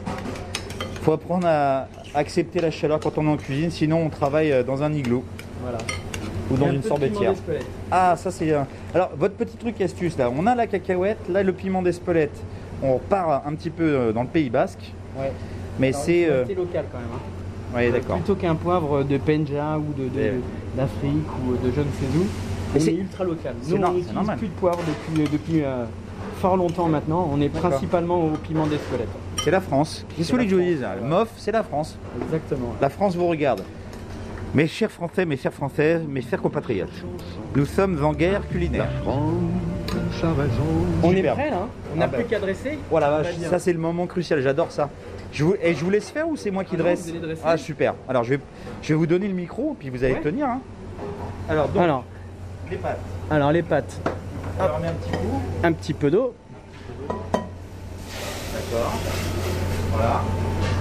S8: Faut apprendre à accepter la chaleur quand on est en cuisine, sinon on travaille euh, dans un igloo
S2: Voilà.
S8: ou
S2: Et
S8: dans
S2: un
S8: une
S2: peu de piment
S8: sorbetière.
S2: d'Espelette.
S8: Ah, ça c'est. un- Alors, votre petit truc astuce là, on a la cacahuète, là le piment d'Espelette. on repart un petit peu euh, dans le Pays Basque.
S2: Ouais.
S8: Mais
S2: Alors,
S8: c'est.
S2: faut
S8: euh,
S2: rester local quand même. hein.
S8: ouais,
S2: Euh,
S8: d'accord. Eh
S2: Plutôt qu'un poivre de Penja ou de- de-
S8: Ouais, ouais.
S2: d'Afrique ou de je ne sais où, on
S8: Mais
S2: est,
S8: c'est-
S2: ultra local.
S8: c'est
S2: Nous,
S8: nor-
S2: on
S8: c'est
S2: n'utilise
S8: normal.
S2: plus de poivre depuis, depuis euh, fort longtemps maintenant. On est
S8: D'accord.
S2: principalement au piment d'Espelette.
S8: C'est la France. Qu'est-ce que vous voulez que je vous dise hein Le MOF, c'est la France.
S2: Exactement.
S8: La France vous regarde. Mes chers Français, mes chères Françaises, mes chers compatriotes, nous sommes en guerre culinaire.
S2: On est
S8: Superbe.
S2: prêt là hein. On n'a
S8: Ah bah.
S2: plus qu'à dresser.
S8: Oh la
S2: On va
S8: vache,
S2: bien.
S8: ça c'est le moment crucial, j'adore ça. Je vous, et je vous laisse faire ou c'est moi qui
S2: Ah non,
S8: dresse
S2: vous allez dresser.
S8: Ah super. Alors je vais, je vais vous donner le micro, puis vous allez
S2: Ouais.
S8: tenir. hein. Alors donc,
S2: Alors,
S8: les pâtes.
S2: alors les pâtes,
S8: On leur met un petit coup.
S2: un petit peu d'eau.
S8: D'accord. Voilà.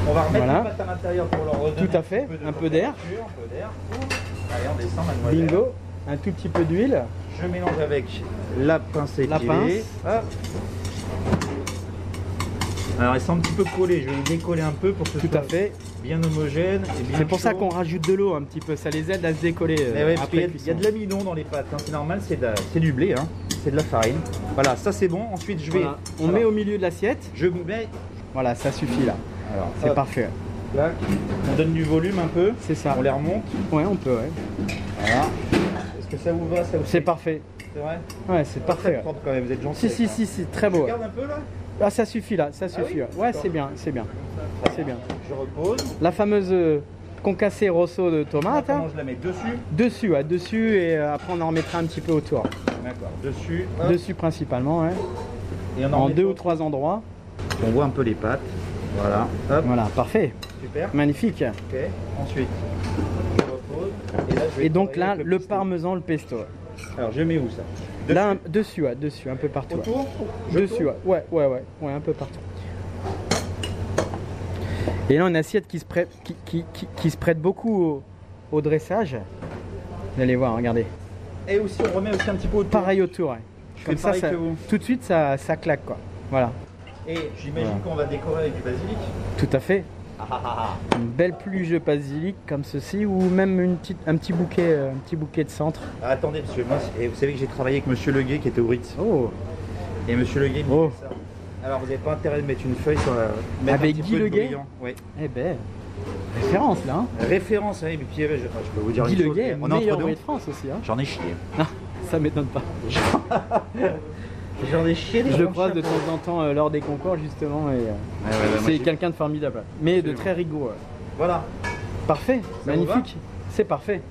S8: On va remettre
S2: Voilà.
S8: les pâtes à l'intérieur pour leur redonner
S2: Tout à fait, un peu d'air.
S8: température, un peu d'air. Allez, on descend mademoiselle.
S2: Bingo. Un tout petit peu d'huile.
S8: Je mélange avec la pince
S2: La
S8: épilée. Hop. Alors elles sont un petit peu collées, je vais les décoller un peu pour que ce
S2: Tout
S8: soit
S2: à fait.
S8: bien homogène et bien
S2: C'est pour ça
S8: chaud.
S2: qu'on rajoute de l'eau un petit peu. Ça les aide à se décoller. euh,
S8: Mais ouais, parce
S2: après
S8: qu'il y a- il y,
S2: cuisson.
S8: a de l'amidon dans les pâtes, hein. c'est normal, c'est de la- c'est du blé, hein. c'est de la farine. Voilà, ça c'est bon. Ensuite, je vais.
S2: Voilà. On
S8: voilà.
S2: met au milieu de l'assiette.
S8: Je vous mets.
S2: Voilà, ça suffit là.
S8: Alors,
S2: C'est
S8: hop,
S2: parfait.
S8: clac. On donne du volume un peu.
S2: C'est ça.
S8: On les remonte.
S2: Ouais, on peut. ouais.
S8: Voilà. Est-ce que ça vous va ça vous...
S2: C'est parfait.
S8: C'est vrai
S2: Ouais, c'est
S8: Très
S2: parfait. ouais.
S8: propre quand même, vous êtes gentil.
S2: Si, si, si, c'est très beau. ouais.
S8: Regarde un peu là.
S2: Ah, ça suffit là, ça suffit.
S8: oui
S2: ouais. ouais,
S8: D'accord.
S2: c'est bien, c'est bien. C'est bien.
S8: Je repose.
S2: La fameuse euh, concassée rosso de tomate. hein.
S8: Maintenant, je la mets dessus.
S2: Dessus, ouais, dessus, et euh, après on en remettra un petit peu autour.
S8: D'accord. Dessus. hop.
S2: Dessus principalement, ouais.
S8: Et on en
S2: en
S8: remet
S2: deux
S8: pas.
S2: ou trois endroits.
S8: On voit un peu les pâtes. Voilà. Hop.
S2: Voilà, parfait,
S8: Super.
S2: magnifique.
S8: Ok. Ensuite, je repose. Et, là, je vais
S2: Et donc
S8: travailler
S2: là,
S8: avec
S2: le
S8: petit-
S2: parmesan, le pesto. ouais.
S8: Alors, je mets où ça
S2: Là, un- dessus, ouais, dessus, un peu partout. ouais.
S8: Autour Je
S2: Dessus, ouais, ouais, ouais, ouais, ouais, un peu partout. Et là, une assiette qui se prête, qui, qui- qui- qui se prête beaucoup au, au dressage. Vous allez voir, regardez.
S8: Et aussi, on remet aussi un petit peu autour.
S2: Pareil autour. ouais.
S8: Je
S2: Comme
S8: fais
S2: ça,
S8: pareil
S2: ça-
S8: que vous.
S2: tout de suite, ça, ça claque, quoi. Voilà,
S8: Et j'imagine
S2: Voilà.
S8: qu'on va décorer avec du basilic.
S2: tout à fait.
S8: Ah, ah, ah,
S2: Une belle pluge de basilic comme ceci, ou même une petite, un, petit bouquet, euh, un petit bouquet de centre.
S8: ah. Attendez, parce que moi, c'est- et vous savez que j'ai travaillé avec Monsieur Leguet qui était au Ritz.
S2: Oh,
S8: Et Monsieur Leguet, il me
S2: Oh.
S8: fait ça. Alors, vous n'avez pas intérêt de mettre une feuille sur la. mettre
S2: Avec
S8: un petit
S2: Guy
S8: peu de
S2: Leguet
S8: brillant. Oui.
S2: eh ben, référence là. Hein.
S8: Référence, hein, et puis, euh, je, je peux vous dire
S2: Guy
S8: une
S2: Le
S8: chose,
S2: Gay,
S8: on est entre
S2: meilleur
S8: deux.
S2: roi de France aussi. Hein.
S8: J'en ai chié.
S2: Ça m'étonne pas.
S8: J'en ai chié.
S2: Je le croise de temps en temps euh, lors des concours justement et euh,
S8: Ouais, ouais, ouais, moi,
S2: c'est
S8: j'ai-
S2: quelqu'un de formidable, mais de
S8: Absolument.
S2: très rigoureux.
S8: Voilà.
S2: Parfait,
S8: Ça vous
S2: magnifique, c'est parfait.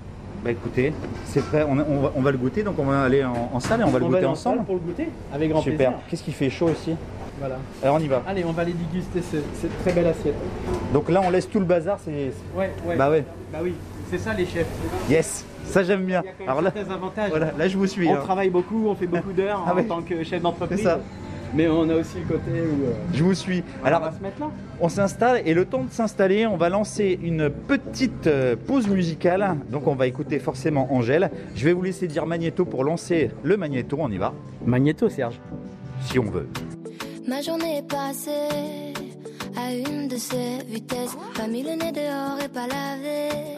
S8: Bah écoutez, c'est prêt, on, on va, on va le goûter, donc on va aller en, en salle et on va le goûter
S2: aller en
S8: ensemble.
S2: salle pour le goûter avec grand
S8: Super.
S2: plaisir.
S8: Qu'est-ce qui fait chaud aussi
S2: Voilà.
S8: Alors on y va.
S2: Allez, on va aller déguster ce- cette très belle assiette.
S8: Donc là, on laisse tout le bazar, c'est.
S2: Ouais, ouais.
S8: Bah ouais.
S2: Bah oui, c'est ça les chefs.
S8: Yes Ça j'aime bien.
S2: Il y a quand même
S8: Alors là,
S2: certains avantages.
S8: voilà, là je vous suis.
S2: on
S8: hein.
S2: travaille beaucoup, on fait beaucoup d'heures
S8: Ah
S2: en
S8: ouais.
S2: tant que chef d'entreprise.
S8: C'est ça.
S2: Mais on a aussi le côté où euh,
S8: Je vous suis.
S2: on
S8: Alors
S2: va se mettre là.
S8: on s'installe et le temps de s'installer, on va lancer une petite euh, pause musicale. Donc on va écouter forcément Angèle. Je vais vous laisser dire magnéto pour lancer le magnéto. On y va,
S2: Magnéto, Serge.
S8: si on veut.
S5: Ma journée est passée à une de ces vitesses. Pas mis le nez dehors et pas lavé.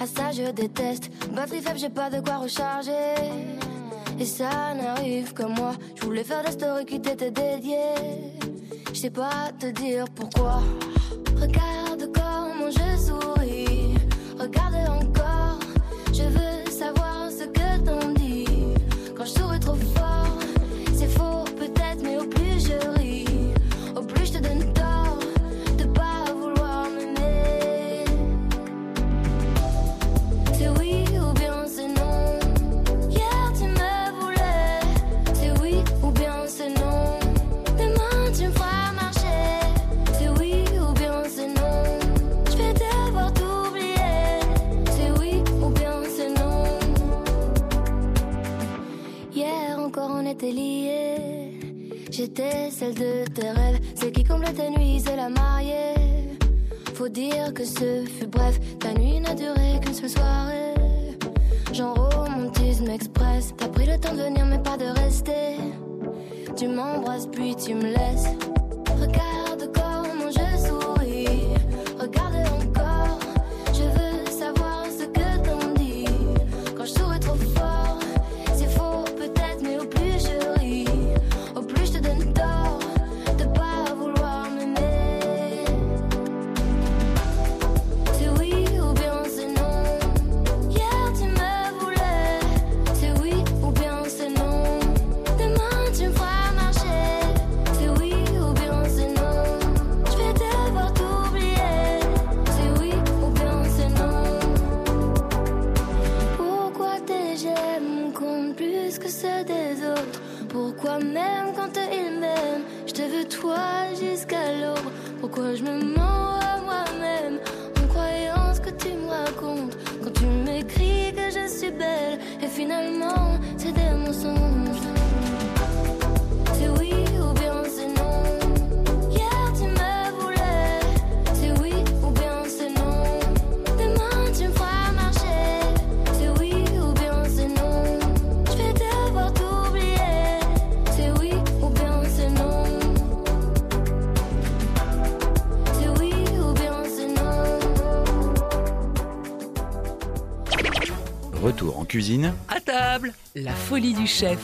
S5: À ça, je déteste. Batterie faible, j'ai pas de quoi recharger. Et ça n'arrive que moi. Je voulais faire des stories qui t'étaient dédiées. Je sais pas te dire pourquoi. Regarde comment je souris. Regarde encore. Je veux savoir ce que t'en dis. Quand je souris trop fort, c'est faux peut-être, mais au plus je ris, au plus je te donne tort de pas vouloir m'aimer. C'est oui ou bien c'est non. Hier tu me voulais. C'est oui ou bien c'est non. Demain tu me feras marcher. C'est oui ou bien c'est non. Je vais devoir t'oublier. C'est oui ou bien c'est non. Hier encore on était liés. J'étais celle de tes rêves, celle qui comble tes nuits et la mariée. Faut dire que ce fut bref, ta nuit n'a duré qu'une seule soirée. Genre romantisme express, t'as pris le temps de venir mais pas de rester. Tu m'embrasses puis tu me laisses. Regarde comment je souris, regarde encore. Je veux savoir ce que t'en dis. Quand je souris trop fort, c'est faux peut-être, mais au plus je ris, au plus je te donne tort pourquoi je me mens à moi-même en croyant ce que tu me racontes. Quand tu m'écris que je suis belle, et finalement, c'est des mensonges. C'est oui ou bien c'est non. Hier, tu me voulais. C'est oui ou bien c'est non. Demain, tu me feras marcher. C'est oui ou bien c'est non. Je vais devoir t'oublier. C'est oui ou bien c'est non. C'est oui ou bien c'est non.
S15: Retour en cuisine.
S16: À table, la folie du chef.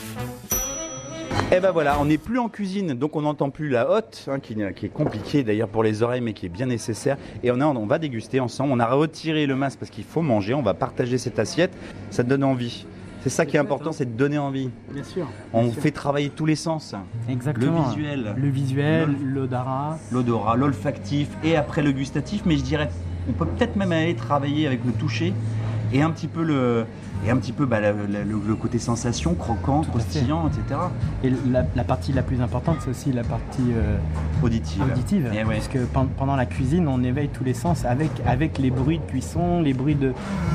S8: Et ben voilà, on n'est plus en cuisine, donc on n'entend plus la hotte, hein, qui, qui est compliquée d'ailleurs pour les oreilles, mais qui est bien nécessaire. Et on, a- on va déguster ensemble. On a retiré le masque parce qu'il faut manger. On va partager cette assiette. Ça donne envie. C'est ça qui est important, c'est de donner envie.
S2: Bien sûr.
S8: On
S2: bien sûr.
S8: fait travailler tous les sens.
S2: Exactement.
S8: Le visuel.
S2: Le visuel, l'odara.
S8: l'odorat, l'olfactif et après le gustatif. Mais je dirais, on peut peut-être même aller travailler avec le toucher et un petit peu le, et un petit peu bah, la- la- le, le côté sensation, croquant, croustillant, etc.
S2: Et la, la partie la plus importante, c'est aussi la partie euh,
S8: auditive.
S2: auditive.
S8: Eh ouais.
S2: Parce que pen- pendant la cuisine, on éveille tous les sens avec, avec les bruits de cuisson, les bruits de.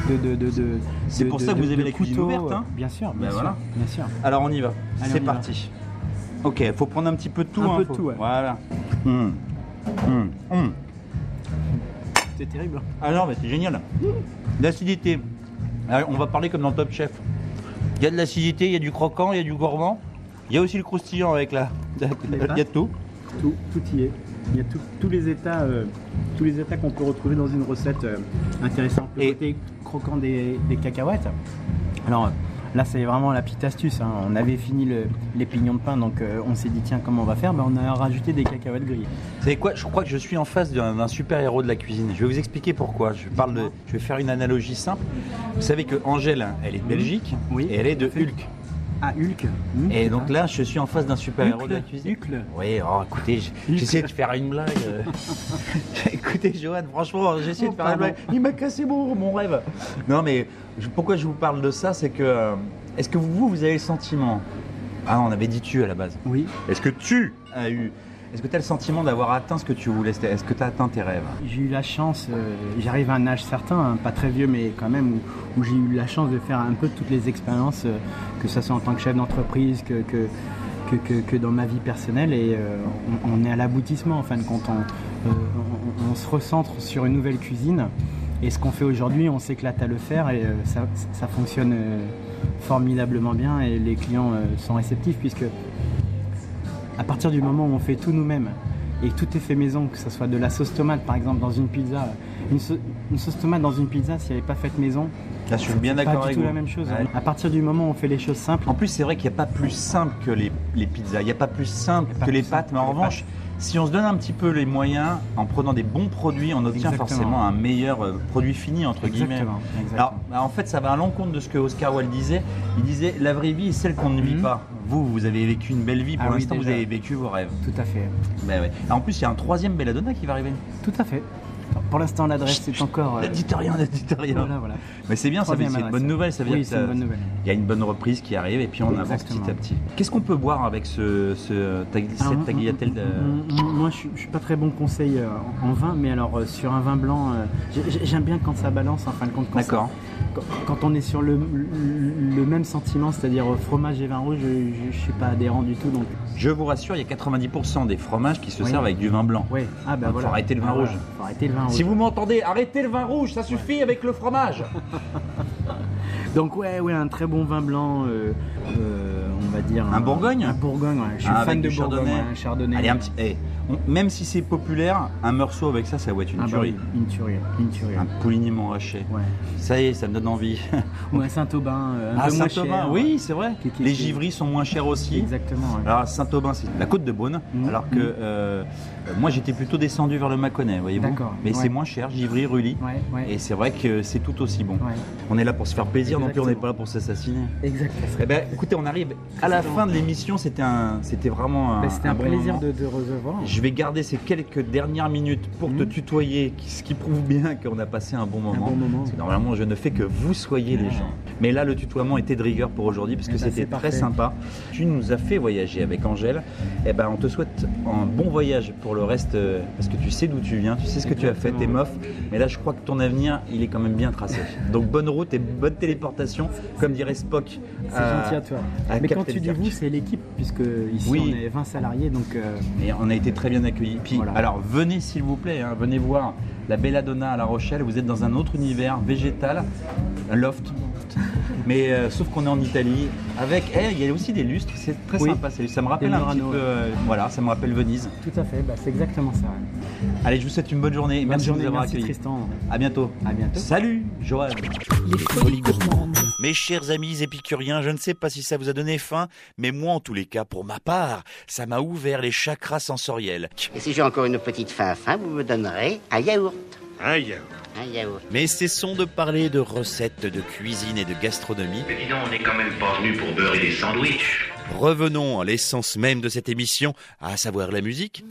S2: de, de, de, de-
S8: C'est
S2: de-
S8: pour
S2: de-
S8: ça que vous
S2: de-
S8: avez
S2: de
S8: la cuisine
S2: couteau,
S8: ouverte, hein
S2: euh, Bien sûr,
S8: Ben
S2: bien sûr.
S8: voilà.
S2: Bien sûr.
S8: Alors on y va,
S2: Allez,
S8: c'est
S2: on y va.
S8: parti. Ok, il faut prendre un petit peu de tout.
S2: Un
S8: hein,
S2: peu de
S8: faut-
S2: tout, ouais.
S8: Voilà. Hum. Hum. Hum.
S2: C'est terrible.
S8: Ah non, mais c'est génial. L'acidité. Ah, On va parler comme dans Top Chef. Il y a de l'acidité, il y a du croquant, il y a du gourmand. Il y a aussi le croustillant avec la.
S2: Les
S8: Il y a
S2: pâtes.
S8: tout.
S2: Tout, tout y est. Il y a tout- tous les états, euh, tous les états qu'on peut retrouver dans une recette euh, intéressante. Le côté croquant des, des cacahuètes. Alors euh, là, c'est vraiment la petite astuce. hein. On avait fini le- les pignons de pain, donc euh, on s'est dit tiens comment on va faire. Ben, on a rajouté des cacahuètes grillées.
S8: Vous savez quoi Je crois que je suis en face d'un d'un super-héros de la cuisine. Je vais vous expliquer pourquoi. Je, parle de- je vais faire une analogie simple. Vous savez que Angèle, elle est de Belgique et elle est de Hulk.
S2: Ah Hulk.
S8: Et donc là, je suis en face d'un super-héros de la cuisine.
S2: Hucle.
S8: Oui, oh, écoutez, j- j'essaie de faire une blague. euh. écoutez, Johan, franchement, j'essaie de faire une blague. Il m'a cassé mon, mon rêve. Non, mais je- pourquoi je vous parle de ça C'est que. euh, Est-ce que vous, vous avez le sentiment Ah, on avait dit tu à la base.
S2: Oui.
S8: Est-ce que tu as eu. Est-ce que tu as le sentiment d'avoir atteint ce que tu voulais Est-ce que tu as atteint tes rêves
S2: J'ai eu la chance, euh, j'arrive à un âge certain, hein, pas très vieux, mais quand même, où, où j'ai eu la chance de faire un peu toutes les expériences, euh, que ce soit en tant que chef d'entreprise, que, que, que, que- que dans ma vie personnelle. Et euh, on, on est à l'aboutissement, en fin de compte. On, euh, on- on se recentre sur une nouvelle cuisine. Et ce qu'on fait aujourd'hui, on s'éclate à le faire et euh, ça, ça fonctionne euh, formidablement bien. Et les clients euh, sont réceptifs, puisque à partir du moment où on fait tout nous-mêmes et que tout est fait maison, que ce soit de la sauce tomate par exemple dans une pizza, une, sau- une sauce tomate dans une pizza si elle n'est pas faite maison,
S8: Là, je suis bien
S2: c'est
S8: d'accord
S2: Pas du
S8: avec
S2: tout
S8: vous.
S2: la même chose.
S8: Ouais.
S2: À partir du moment où on fait les choses simples,
S8: En plus, c'est vrai qu'il n'y a pas plus simple que les, les pizzas. Il n'y a pas plus simple que les pâtes. Mais en revanche, si on se donne un petit peu les moyens, en prenant des bons produits, on obtient
S2: Exactement.
S8: forcément un meilleur euh, produit fini, entre guillemets.
S2: Exactement, exactement.
S8: Alors, bah, en fait, ça va à l'encontre de ce que Oscar Wilde disait. Il disait la vraie vie est celle qu'on ne vit pas. Vous, vous avez vécu une belle vie. Pour
S2: Mhm. Ah oui,
S8: l'instant, vous
S2: déjà.
S8: avez vécu vos rêves.
S2: tout à fait.
S8: Mais ouais. En plus, il y a un troisième Belladonna qui va arriver.
S2: Tout à fait. Pour l'instant, l'adresse est encore. euh,
S8: Ne dites rien, ne dites rien.
S2: Voilà, voilà.
S8: Mais c'est bien, ça veut-
S2: Troisième
S8: c'est une
S2: adresse.
S8: bonne nouvelle. hein. Ça veut
S2: Oui,
S8: dire que
S2: c'est une
S8: ça-
S2: bonne nouvelle.
S8: Il y a une bonne reprise qui arrive et puis on avance
S2: Exactement.
S8: petit à petit. Qu'est-ce qu'on peut boire avec ce, ce tag-
S2: Alors,
S8: cette tagliatelle de...
S2: Mm, mm, Moi, je suis- je suis pas très bon conseil euh, en en vin, mais alors euh, sur un vin blanc, euh, j'ai- j'ai- j'aime bien quand ça balance en fin de compte. quand ça-
S8: D'accord.
S2: Quand, quand on est sur le, le- le même sentiment, c'est-à-dire euh, fromage et vin rouge, je, je, je suis pas adhérent du tout. Donc,
S8: Je vous rassure, il y a 90% des fromages qui se
S2: Oui.
S8: servent avec du vin blanc.
S2: ouais. Ah bah
S8: Faut
S2: voilà.
S8: arrêter le vin
S2: Ah, voilà.
S8: rouge.
S2: Faut arrêter le vin rouge.
S8: Si vous m'entendez, arrêtez le vin rouge, ça suffit avec le fromage.
S2: Donc ouais, ouais, un très bon vin blanc, euh, euh, on va dire.
S8: Un Bourgogne
S2: Un Bourgogne. ouais. Je suis
S8: Ah,
S2: fan
S8: avec
S2: de
S8: du
S2: Bourgogne.
S8: chardonnay.
S2: ouais, un Chardonnay.
S8: Allez, un petit... eh, on- Même si c'est populaire, un morceau avec ça, ça va être une
S2: Ah bah
S8: tuerie.
S2: oui, une tuerie, une tuerie.
S8: Un pouligny montrachet
S2: Ouais.
S8: Ça y est, ça me donne envie.
S2: Ou un Saint-Aubin, euh, un
S8: Ah,
S2: peu moins
S8: Saint-Aubin,
S2: cher.
S8: oui, c'est vrai.
S2: Qui- qui-
S8: Les
S2: qui-
S8: givries sont moins chers aussi.
S2: Exactement. ouais.
S8: Alors Saint-Aubin, c'est la côte de Beaune,
S2: Mhm.
S8: alors que euh, moi j'étais plutôt descendu vers le Mâconnais, voyez-vous.
S2: D'accord,
S8: Mais
S2: ouais.
S8: c'est moins cher, Givry, Rully.
S2: Ouais, ouais.
S8: Et c'est vrai que c'est tout aussi bon.
S2: Ouais.
S8: On est là pour se faire plaisir, non plus on n'est
S2: Exactement.
S8: pas là pour s'assassiner.
S2: Exact.
S8: Eh bien écoutez, on arrive à à la fin de l'émission, c'était un, c'était vraiment Ah, un,
S2: Bah, c'était un
S8: bon
S2: plaisir
S8: moment.
S2: de, de recevoir.
S8: Je vais garder ces quelques dernières minutes pour te tutoyer, qui- ce qui prouve bien qu'on a passé un bon moment. Parce que normalement, je ne fais que vous soyez les gens. Mais là, le tutoiement était de rigueur pour aujourd'hui parce que
S6: Eh ben,
S8: c'était
S6: c'est
S8: très
S6: parfait.
S8: sympa. Tu nous as fait voyager avec Angèle. Eh ben, on te souhaite un bon voyage pour le reste euh, parce que tu sais d'où tu viens, tu sais ce que tu as fait,
S6: Exactement.
S8: t'es mof. Mais là, je crois que ton avenir, il est quand même bien tracé. Donc, bonne route et bonne téléportation, comme dirait Spock.
S2: C'est
S8: Euh,
S2: gentil à toi. Mais quand tu dis vous, c'est l'équipe, puisque ici
S8: Oui.
S2: on est 20 salariés, donc euh,
S8: Et on a été très bien accueillis. Puis, alors venez s'il vous plaît, hein, venez voir la Belladonna à La Rochelle. Vous êtes dans un autre univers végétal, un loft. Mais euh, sauf qu'on est en Italie avec. Eh, il y a aussi des lustres, c'est très
S2: Oui.
S8: sympa. c'est- Ça me rappelle
S2: Des
S8: un petit
S2: Murano,
S8: peu. euh, voilà, ça me rappelle Venise.
S2: tout à fait, bah, c'est exactement ça.
S8: Allez, je vous souhaite une bonne journée.
S2: Bonne
S8: merci
S2: journée,
S8: de nous avoir
S2: merci
S8: accueillis.
S2: Tristan.
S8: À bientôt.
S2: À bientôt.
S8: Salut, Joël.
S4: Les folies gourmandes. Mes chers amis épicuriens, je ne sais pas si ça vous a donné faim, mais moi, en tous les cas, pour ma part, ça m'a ouvert les chakras sensoriels.
S17: Et si j'ai encore une petite faim, faim, vous me donnerez un yaourt. Un yaourt. Un yaourt.
S4: Mais cessons de parler de recettes de cuisine et de gastronomie.
S18: Mais dis donc, on n'est quand même pas venu pour beurrer des sandwichs.
S4: Revenons à l'essence même de cette émission, à savoir la musique.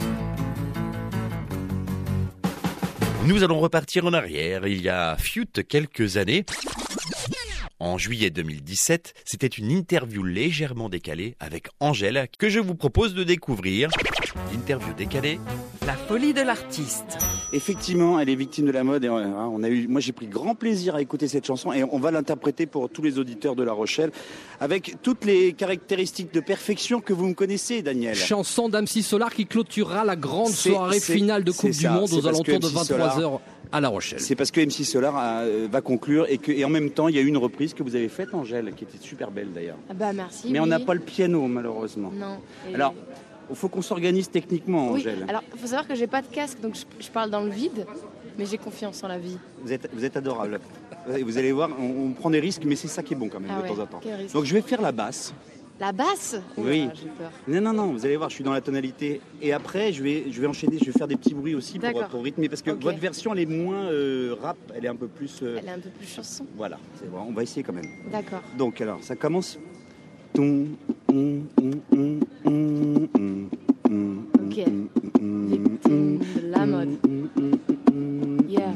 S4: Nous allons repartir en arrière, il y a fiut quelques années. En juillet 2017, c'était une interview légèrement décalée avec Angèle que je vous propose de découvrir. Interview décalée.
S19: La folie de l'artiste.
S6: Effectivement, elle est victime de la mode. Et euh, hein, on a eu, moi, j'ai pris grand plaisir à écouter cette chanson et on va l'interpréter pour tous les auditeurs de La Rochelle avec toutes les caractéristiques de perfection que vous me connaissez, Daniel.
S20: Chanson d'Amsi Solar qui clôturera la grande
S6: C'est-
S20: soirée
S6: c'est-
S20: finale de Coupe
S6: c'est
S20: du
S6: ça,
S20: Monde
S6: c'est
S20: aux
S6: parce que
S20: alentours de
S6: MC Solar-
S20: 23h à La Rochelle.
S6: C'est parce que MC Solar euh, va conclure et, que, et en même temps, il y a eu une reprise que vous avez faite, Angèle, qui était super belle d'ailleurs.
S5: Ah bah merci.
S6: Mais on
S5: oui.
S6: n'a pas le piano, malheureusement.
S5: Non. Et-
S6: Alors, il faut qu'on s'organise techniquement,
S5: Oui.
S6: Angèle.
S5: Alors, faut savoir que j'ai pas de casque, donc je, je parle dans le vide, mais j'ai confiance en la vie.
S6: Vous êtes, vous êtes adorable. Et Vous allez voir, on, on prend des risques, mais c'est ça qui est bon quand même
S5: Ah
S6: de
S5: ouais,
S6: temps en temps.
S5: quel risque.
S6: Donc je vais faire la basse.
S5: La basse Oh là
S6: Oui.
S5: là, J'ai peur.
S6: Non, non, non, vous allez voir, je suis dans la tonalité. Et après, je vais, je vais enchaîner, je vais faire des petits bruits aussi pour,
S5: D'accord.
S6: pour rythmer. Parce que
S5: Ok.
S6: votre version, elle est moins euh, rap, elle est un peu plus. euh,
S5: Elle est un peu plus chanson.
S6: Voilà, c'est bon, on va essayer quand même.
S5: D'accord.
S6: Donc alors, ça commence. Ton, on, on, on, on, on, on,
S5: Ok.
S6: on, on, on.
S5: De la mode.
S6: mm,
S5: Yeah.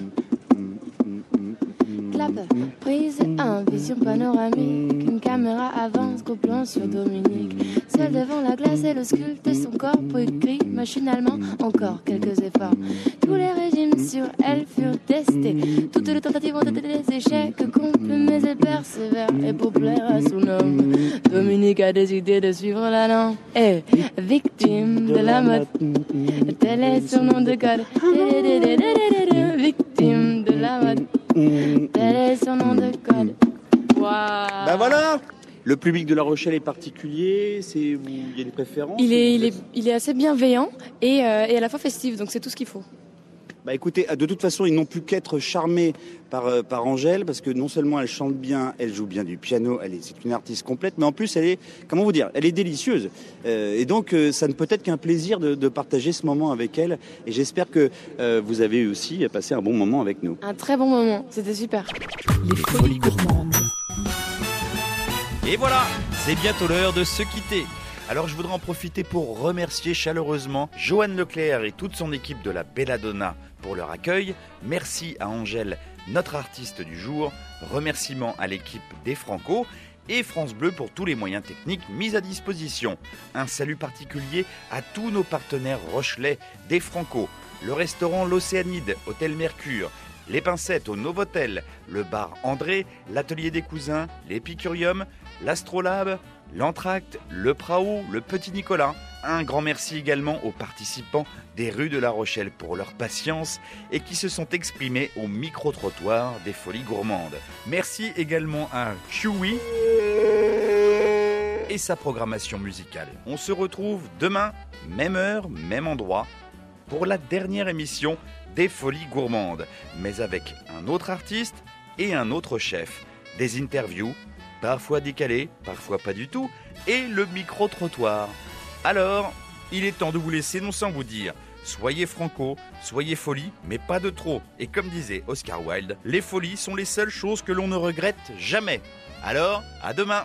S6: mm,
S5: Clap, prise 1, vision panoramique. Une caméra avance, gros plan sur Dominique. Seul devant la glace, elle ausculte son corps gris Machinalement, encore quelques efforts. Tous les régimes sur elle furent testés. Toutes les tentatives ont été des échecs complets, mais elle persévère. Et pour plaire à son homme, Dominique a décidé de suivre la lampe. Et victime de la mode. Tel est son nom de code. Victime de la mode. Tel est son nom de
S6: Mm,
S5: code.
S8: Bah,
S5: Waouh.
S6: Ben voilà Le public de La Rochelle est particulier, c'est- il y a une préférence
S5: Il est, il, est, il est assez bienveillant et, euh, et à la fois festif, donc c'est tout ce qu'il faut.
S6: Bah écoutez, de toute façon, ils n'ont plus qu'être charmés par, euh, par Angèle, parce que non seulement elle chante bien, elle joue bien du piano, elle est, c'est une artiste complète, mais en plus, elle est, comment vous dire, elle est délicieuse. Euh, et donc, euh, ça ne peut être qu'un plaisir de, de partager ce moment avec elle. Et j'espère que euh, vous avez aussi passé un bon moment avec nous.
S5: Un très bon moment, c'était super.
S4: Et voilà, c'est bientôt l'heure de se quitter. Alors je voudrais en profiter pour remercier chaleureusement Joanne Leclerc et toute son équipe de la Belladonna pour leur accueil. Merci à Angèle, notre artiste du jour. Remerciements à l'équipe des Franco et France Bleu pour tous les moyens techniques mis à disposition. Un salut particulier à tous nos partenaires rochelais des Franco, le restaurant L'Océanide, Hôtel Mercure, les Pincettes au Novotel, le bar André, l'atelier des cousins, l'épicurium, l'astrolabe, l'entracte, le prao, le petit Nicolas. Un grand merci également aux participants des rues de La Rochelle pour leur patience et qui se sont exprimés au micro-trottoir des Folies Gourmandes. Merci également à Chewy et sa programmation musicale. On se retrouve demain, même heure, même endroit, pour la dernière émission des Folies Gourmandes, mais avec un autre artiste et un autre chef. Des interviews, parfois décalées, parfois pas du tout, et le micro-trottoir. Alors, il est temps de vous laisser non sans vous dire. Soyez franco, soyez folie, mais pas de trop. Et comme disait Oscar Wilde, les folies sont les seules choses que l'on ne regrette jamais. Alors, à demain